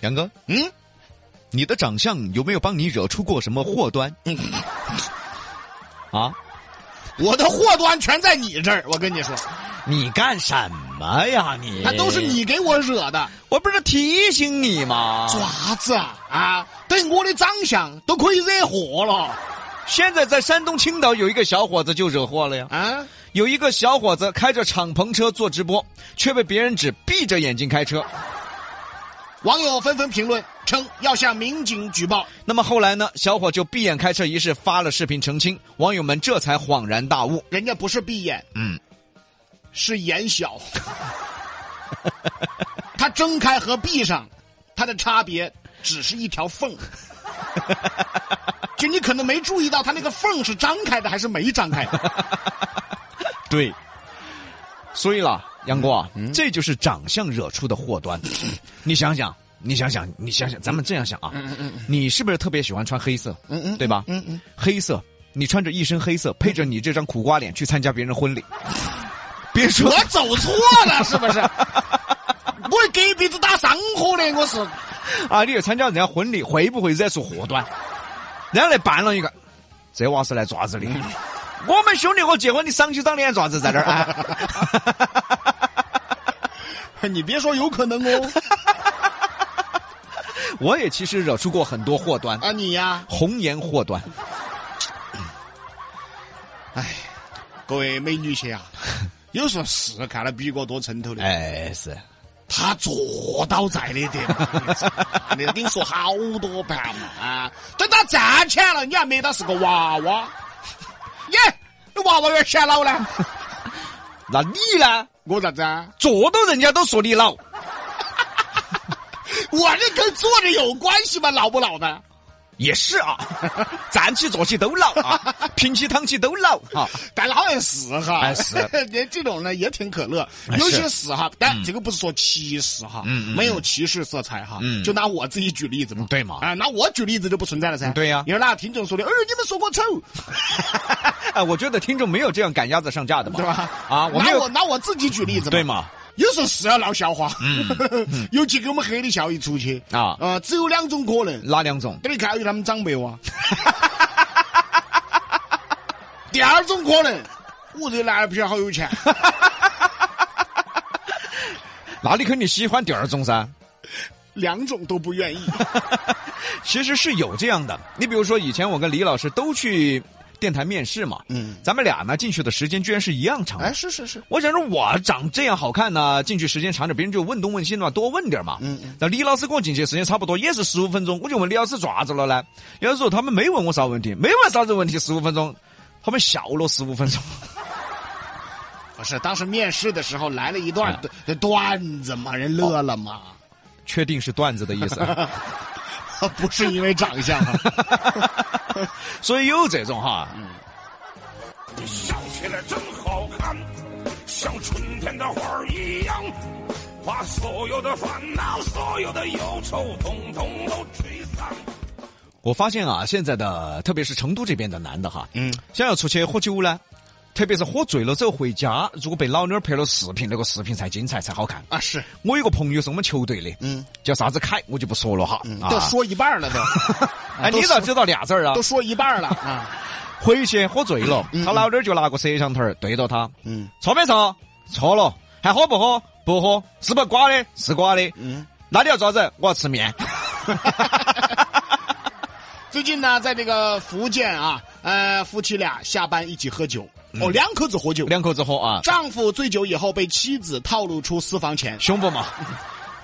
杨哥，嗯你的长相有没有帮你惹出过什么祸端？嗯， 啊，我的祸端全在你这儿，我跟你说，你干什么呀你？那都是，你给我惹的。我不是提醒你吗？爪子啊！对我的长相都可以惹祸了现在在山东青岛有一个小伙子就惹祸了呀。啊！有一个小伙子开着敞篷车做直播，却被别人指闭着眼睛开车。网友纷纷评论称要向民警举报。那么后来呢？小伙就闭眼开车一事发了视频澄清，网友们这才恍然大悟。人家不是闭眼，嗯，是眼小。 他睁开和闭上，它的差别只是一条缝。就你可能没注意到，它那个缝是张开的还是没张开的？对。所以啦，杨哥啊，嗯这就是长相惹出的祸 端。你想想，你想想，你想想，咱们这样想啊，你是不是特别喜欢穿黑色？嗯嗯对吧？嗯嗯，黑色，你穿着一身黑色，配着你这张苦瓜脸去参加别人婚 礼，别说我走错了是 不是？我隔壁子打上火的，我是。啊，你去参加人家婚礼，会不会惹出祸端？人家来办了一个，这娃是来爪子的。嗯 我们兄弟伙结婚，你赏起张脸爪子在这儿 啊？ 你别说，有可能 哦。我也其实惹出过很多祸端，啊，你呀、红颜祸端。各位美女些啊， 有时候是看了比哥多抻头的，哎，是他坐到在的地 方，你跟你说好多盘嘛啊！等他站起来了，你还没他是个娃 娃，耶，你娃娃有点显老呢。那你呢？我咋子啊？坐到人家都说你老，我这跟坐着有关系吗？老不老的？也是 啊，站起坐起都老 啊，平起躺起都老啊。但好像是哈，哎是人 这种呢也挺可乐哎，有是些是哈，但这个不是说歧视哈，嗯嗯没有歧视色彩哈，嗯就拿我自己举例子嘛，对嘛嗯啊，拿我举例子就不存在了噻，对呀因为那听众说的，哎，你们说 我丑， 哎，我觉得听众没有这样赶鸭子上架的嘛，对吧？啊，我没拿有我拿我自己举例子嘛，对嘛？嗯有时候是要闹笑话， 尤其给我们黑的笑一出去啊呃，只有两种可能，哪两种？给你看有他们长 辈哇。第二种可能，我这男的比较好有钱，那你肯定喜欢第二种噻。两种都不愿意。其实是有这样的。你比如说，以前我跟李老师都去电台面试嘛，嗯咱们俩呢进去的时间居然是一样长的。哎，是是是，我想说，我长这样好看呢，进去时间长点，别人就问东问西的嘛，多问点嘛。嗯嗯那李老师跟我进去时间差不多，也是十五分钟，我就问李老师爪子了呢？李老师说他们没问我啥问题，没问啥子问题，十五分钟，他们笑了十五分钟。 不是当时面试的时候来了一啊段段段子嘛，人乐了嘛，确定是段子的 意思，哦不是因为长相 啊。所以有这种哈，笑起来真好看，像春天的花儿一样，把所有的烦恼、所有的忧愁，统统都吹散。我发现啊，现在的特别是成都这边的男的哈，嗯，想要出去喝酒呢，特别是喝醉了之后回家，如果被老妞儿拍了视频，那个视频才精彩才好看。啊是，我有个朋友是我们球队的，嗯，叫啥子凯，我就不说了哈。啊都，说一半了都， 哎，你咋知道俩字儿啊都？说一半了 啊。回去喝醉了，他老妞儿就拿个摄像头儿对着他，嗯错没错？错了，还喝不喝？不喝，是不是瓜的？是瓜的。嗯。那你要咋子？我要吃面。 最近呢，在这个福建啊，呃，夫妻俩下班一起喝酒，哦，两口子喝酒。嗯两口子喝啊，丈夫醉酒以后被妻子套路出私房钱，胸部嘛。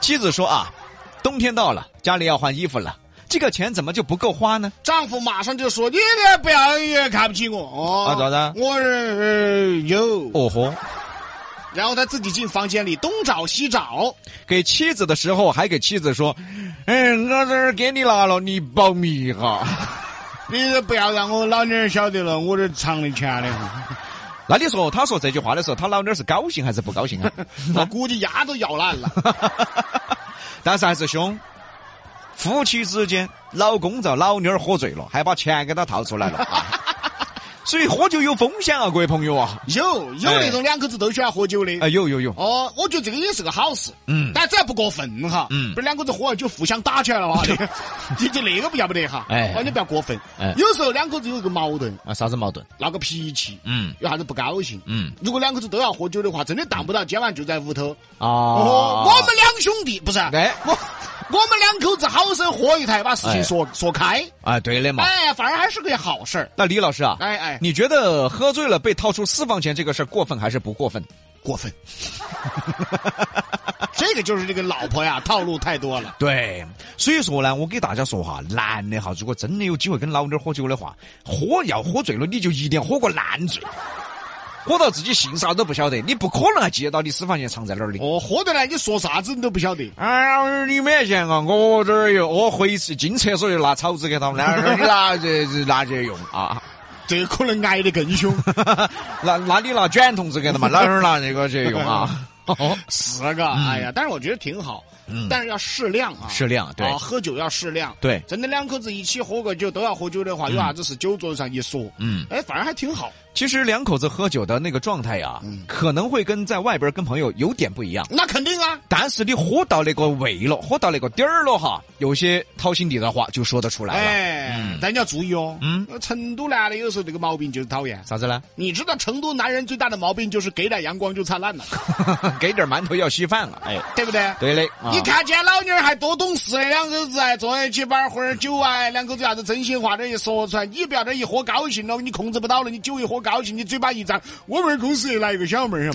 妻子说啊，冬天到了，家里要换衣服了，这个钱怎么就不够花呢？丈夫马上就说：“你这不要也看不起我哦，啊咋的我是、呃有。哦豁，然后他自己进房间里东找西找，给妻子的时候还给妻子说，嗯，我这儿给你拿了，你保密 哈。你这不要让我老娘儿晓得了，我这藏的 钱的，那你说，他说这句话的时候，他老妞儿是高兴还是不高 兴啊？我估计牙都 咬烂了。但是还是凶。 夫妻之间，老公遭老妞儿喝醉了，还把钱给他套出来了啊！所以喝酒有风险啊，各位朋友啊，有有那种两口子都喜欢喝酒的。哎，有有有，哦，我觉得这个也是个好事，嗯但这不过分哈，嗯不是两口子喝完酒互相打起来了哇， 这个你就那个不要不得哈，哎哦，你不要过分，哎有时候两口子有一个矛盾，啊，啥子矛盾？闹个脾气，嗯有啥子不高兴，嗯如果两口子都要喝酒的话，真的当不到，今晚就在屋头，啊，哦，我们两兄弟不是，哎我我们两口子好生喝一台，把事哎情说说开，啊，对的嘛。哎，反而还是个好事儿，那李老师啊，哎哎，你觉得喝醉了被掏出私房钱这个事儿过分还是不过分？过 分，这个就是这个老婆呀，套路太多 了。对，所以说呢，我给大家说哈，男的哈，如果真的有机会跟老妞儿喝酒的话，喝要喝醉了，你就一定要喝个烂醉，喝到自己姓啥都不晓得，你不可能还记得到你私房钱藏在哪儿的。哦，喝得来，你说啥子你都不晓得。哎呀，你没钱啊！我这儿有，我回去进厕所就拿草纸给他们，那拿这拿去用啊。 这个可能挨得更凶。那那你拿卷筒子给他们，哪儿拿这个去用啊？哦， 是个，哎呀，但是我觉得挺好，但是要嗯适量啊，适量对啊，喝酒要适量，对真的两口子一起喝个酒，都要喝酒的话，有啥子事酒桌上一说，嗯，哎，反而还挺好， 其实两口子喝酒的那个状态呀、啊可能会跟在外边跟朋友有点不一样。那肯定啊，但是你喝到那个位了，喝到那个点儿了哈，有些掏心底的话就说得出来了。哎，但你要注意哦，嗯，成都男的有时候这个毛病就是讨厌，啥子呢？ 你知道成都男人最大的毛病就是给点阳光就灿烂了，给点馒头要稀饭了。哎，对不对？对的，啊你看见老妞儿还多懂事，两口子哎坐一起玩会儿酒啊，两口子啥子真心话这一说出来，你不要这一喝高兴了，你控制不到了，你酒一喝高兴，你嘴巴一张，我们公司又来一个小妹儿，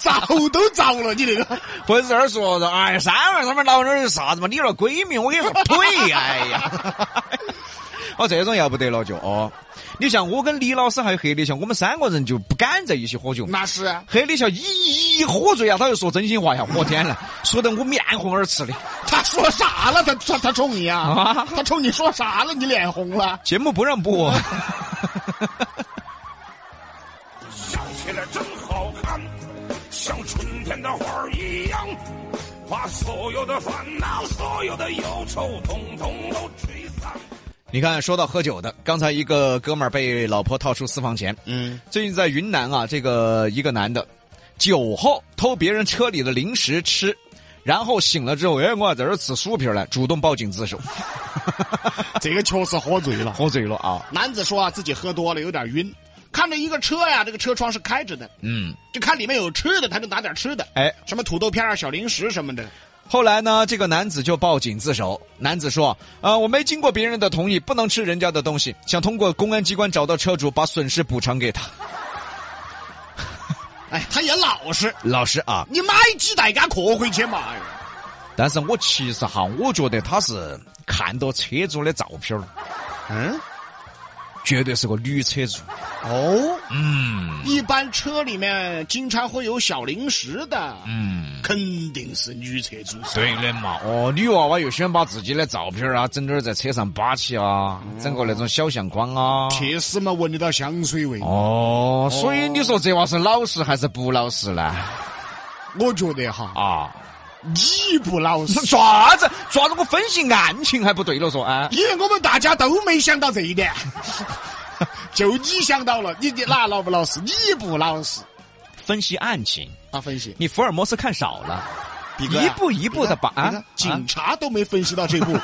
遭都遭了，你那个不是二说的，哎，三万他们老娘是啥子嘛？你那闺蜜，我跟你说 呸！哎 呀，哦，这种要不得了就哦。你像我跟李老师还有黑李像，我们三个人就不敢在一起喝酒。那是啊黑李笑一一一喝醉呀，他就说真心话呀，我天呐，说得我面红耳赤的。他说啥了？他他他冲你啊啊？他冲你说啥了？你脸红了？节目不让播，笑起来真好看，像春天的花儿一样，把所有的烦恼、所有的忧愁，统统都吹散。你看，说到喝酒的，刚才一个哥们儿被老婆套出私房钱。嗯，最近在云南啊，这个一个男的酒后偷别人车里的零食吃，然后醒了之后，哎，我在这儿吃薯片儿呢，主动报警自首，这个确实喝醉了。 喝醉了啊。男子说啊，自己喝多了有点晕，看着一个车呀，这个车窗是开着的，嗯，就看里面有吃的，他就拿点吃的。哎，什么土豆片啊、小零食什么的。后来呢，这个男子就报警自首。男子说：“呃，我没经过别人的同意，不能吃人家的东西，想通过公安机关找到车主，把损失补偿给他。哎，他也老实，” 老实啊，你买鸡蛋给他壳回去嘛。哎呀但是我其实哈，我觉得她是看到车主的照片儿，嗯，绝对是个女车主。哦，嗯一般车里面经常会有小零食的，嗯，肯定是女车主。对的嘛。哦，女娃娃又喜欢把自己的照片儿啊，整点儿在车上扒起啊，整个那种小相框啊。铁丝嘛，闻得到香水味。哦，所以你说这娃是老实还是不老实呢？我觉得哈，啊，，你不老实爪子爪子，我分析案情还不对了说啊。因为我们大家都没想到这一 点，就你想到了，你你哪老不老实？你不老实。分析案情，他分析，你福尔摩斯看少了，比哥啊一呀步一步的把你看啊，啊警察都没分析到这 步。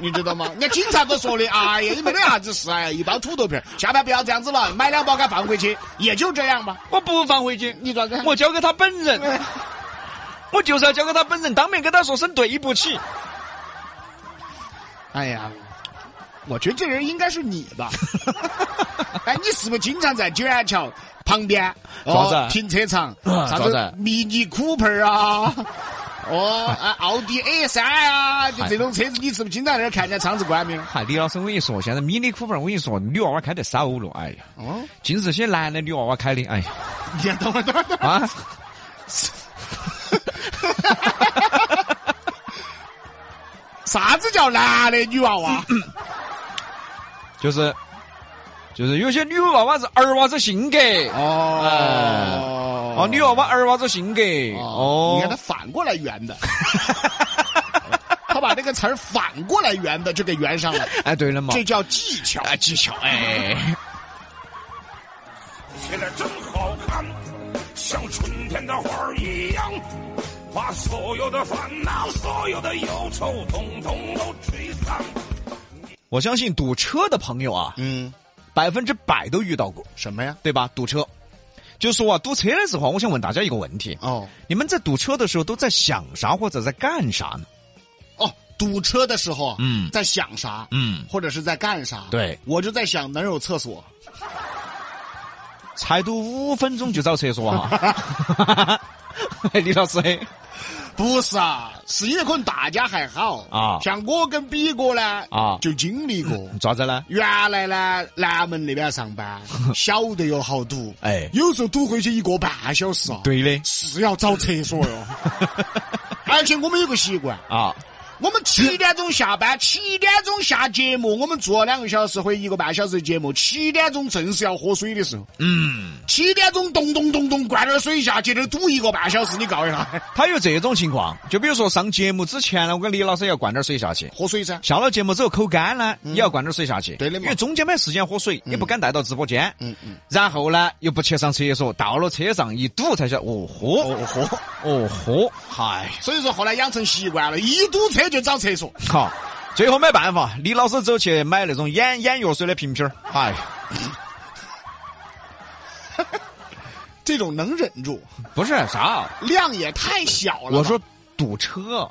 你知道吗？人家警察都说的，哎呀，你没得啥子事，哎，一包土豆片儿，下班不要这样子了，买两包给他放回去，也就这样吧。我不放回去，你咋子？我交给他本 人，我就是要交给他本人，当面跟他说声对不起。哎呀，我觉得这人应该是你 吧？哎，你是不是经常在九眼桥旁边啥哦子停车场，啊啥啥子子迷你 Cooper 啊？哦，啊，奥迪 A 三啊，就这种车子，你是不是经常在那儿看人家厂子冠名？嗨，李老师，我跟你说，现在迷你酷派，我跟你说，女娃娃开得少了，哎呀，哦，尽是些男的女娃娃开的，哎呀你看，等会儿，等会儿，等会儿。啊， 啥子叫男的女娃娃？就是就是有些女娃娃是儿娃子性格，哦哦，女娃娃儿娃子性格，哦，哦你看他，反过来圆的，他把把这个词儿反过来圆的就给圆上了，哎，对了嘛，这叫技巧。啊技巧，哎，起来真好看，像春天的花儿一样，把所有的烦恼、所有的忧愁，统统都吹散。 我相信堵车的朋友啊，嗯，百分之百都遇到过，什么呀？对吧？堵车，就说啊，堵车的时候啊，我想问大家一个问题：哦你们在堵车的时候都在想啥或者在干啥呢？哦，堵车的时候，嗯在想啥？嗯或者是在干啥？对我就在想哪儿有厕所。才堵五分钟就找厕所哈。哎 李老师，不是啊，是因为可能大家还好啊像我跟比哥呢啊就经历过。咋子呢？原来呢，南门那边上 班，晓得有好堵，哎有时候堵回去一个半小时啊，，对的是要找厕所 哟。而且我们有个习惯，啊，我们七点钟下班，七点钟下节目，我们做两个小时或一个半小时的节目，七点钟正是要喝水的时候，嗯，七点钟咚咚咚咚灌点水下去，这堵一个半小时，你告一下，他有这种情况，就比如说上节目之前呢，我跟李老师要灌点水下去。 喝水噻。下了节目之后口干呢，也要灌点水下去。对的嘛因为中间没时间喝水，也不敢带到直播间。嗯嗯。然后呢，又不去上厕所，到了车上一堵才晓得，哦豁，哦豁！哦豁，嗨，所以说后来养成习惯了，一堵车就找厕所。好，最后没办法，李老师走去买那种眼眼药水的瓶瓶儿，嗨，这种能忍住，不是啥，量也太小了吧。我说堵车，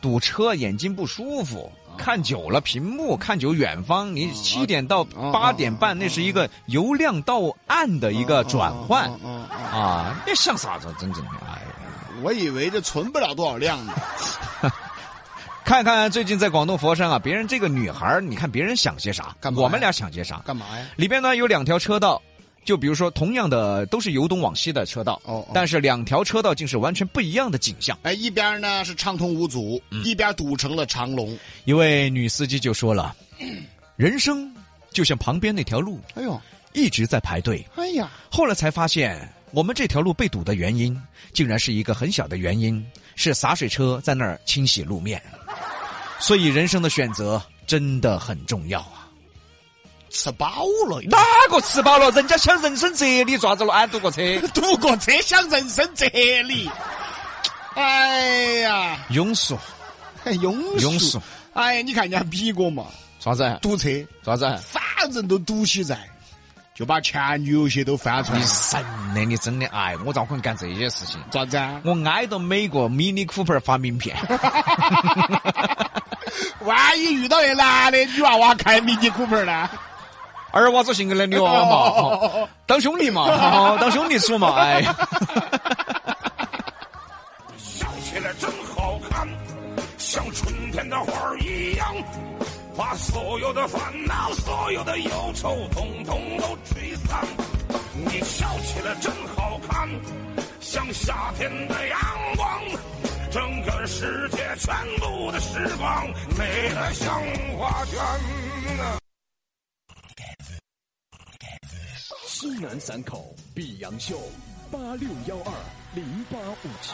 堵车眼睛不舒服，看久了屏幕，看久远方，你七点到八点半那是一个由亮到暗的一个转换嗯，嗯嗯啊，那像啥子？真正的，哎呀。嗯我以为这存不了多少量呢。看看最近在广东佛山啊，别人这个女孩儿，你看别人想些啥干，嘛呀我们俩想些啥。干嘛呀？里边呢有两条车道，就比如说同样的都是由东往西的车道，哦哦但是两条车道竟是完全不一样的景象。哎，一边呢是畅通无阻，一边堵成了长龙。一位女司机就说了：“人生就像旁边那条路，哎呦，一直在排队，哎呀，后来才发现，我们这条路被堵的原因，竟然是一个很小的原因，是洒水车在那儿清洗路面。所以人生的选择真的很重要啊！吃饱了，哪 个吃饱了，人家想人生哲理，咋子了？哎俺堵个车，堵过车想人生哲理。哎呀，庸俗，庸庸俗。哎，你看人家比过嘛，啥子？堵车，啥子？反正都堵起在，就把前女友些都翻出来你。神的，你真的哎，我咋可能干这些事情？咋子啊？ 我挨着每个 Mini Cooper 发名片，万一遇到那男的女娃娃开迷你股份 呢？二娃子性格的女娃娃啊嘛，哦当兄弟嘛，哦当兄弟处嘛，哎。笑起来真好看，像春天的花儿一样，把所有的烦恼、所有的忧愁，统统都吹散。你笑起来真好看，像夏天的阳光，整个世界全部的时光美得像画卷啊。西南散口碧阳秀八六幺二零八五七。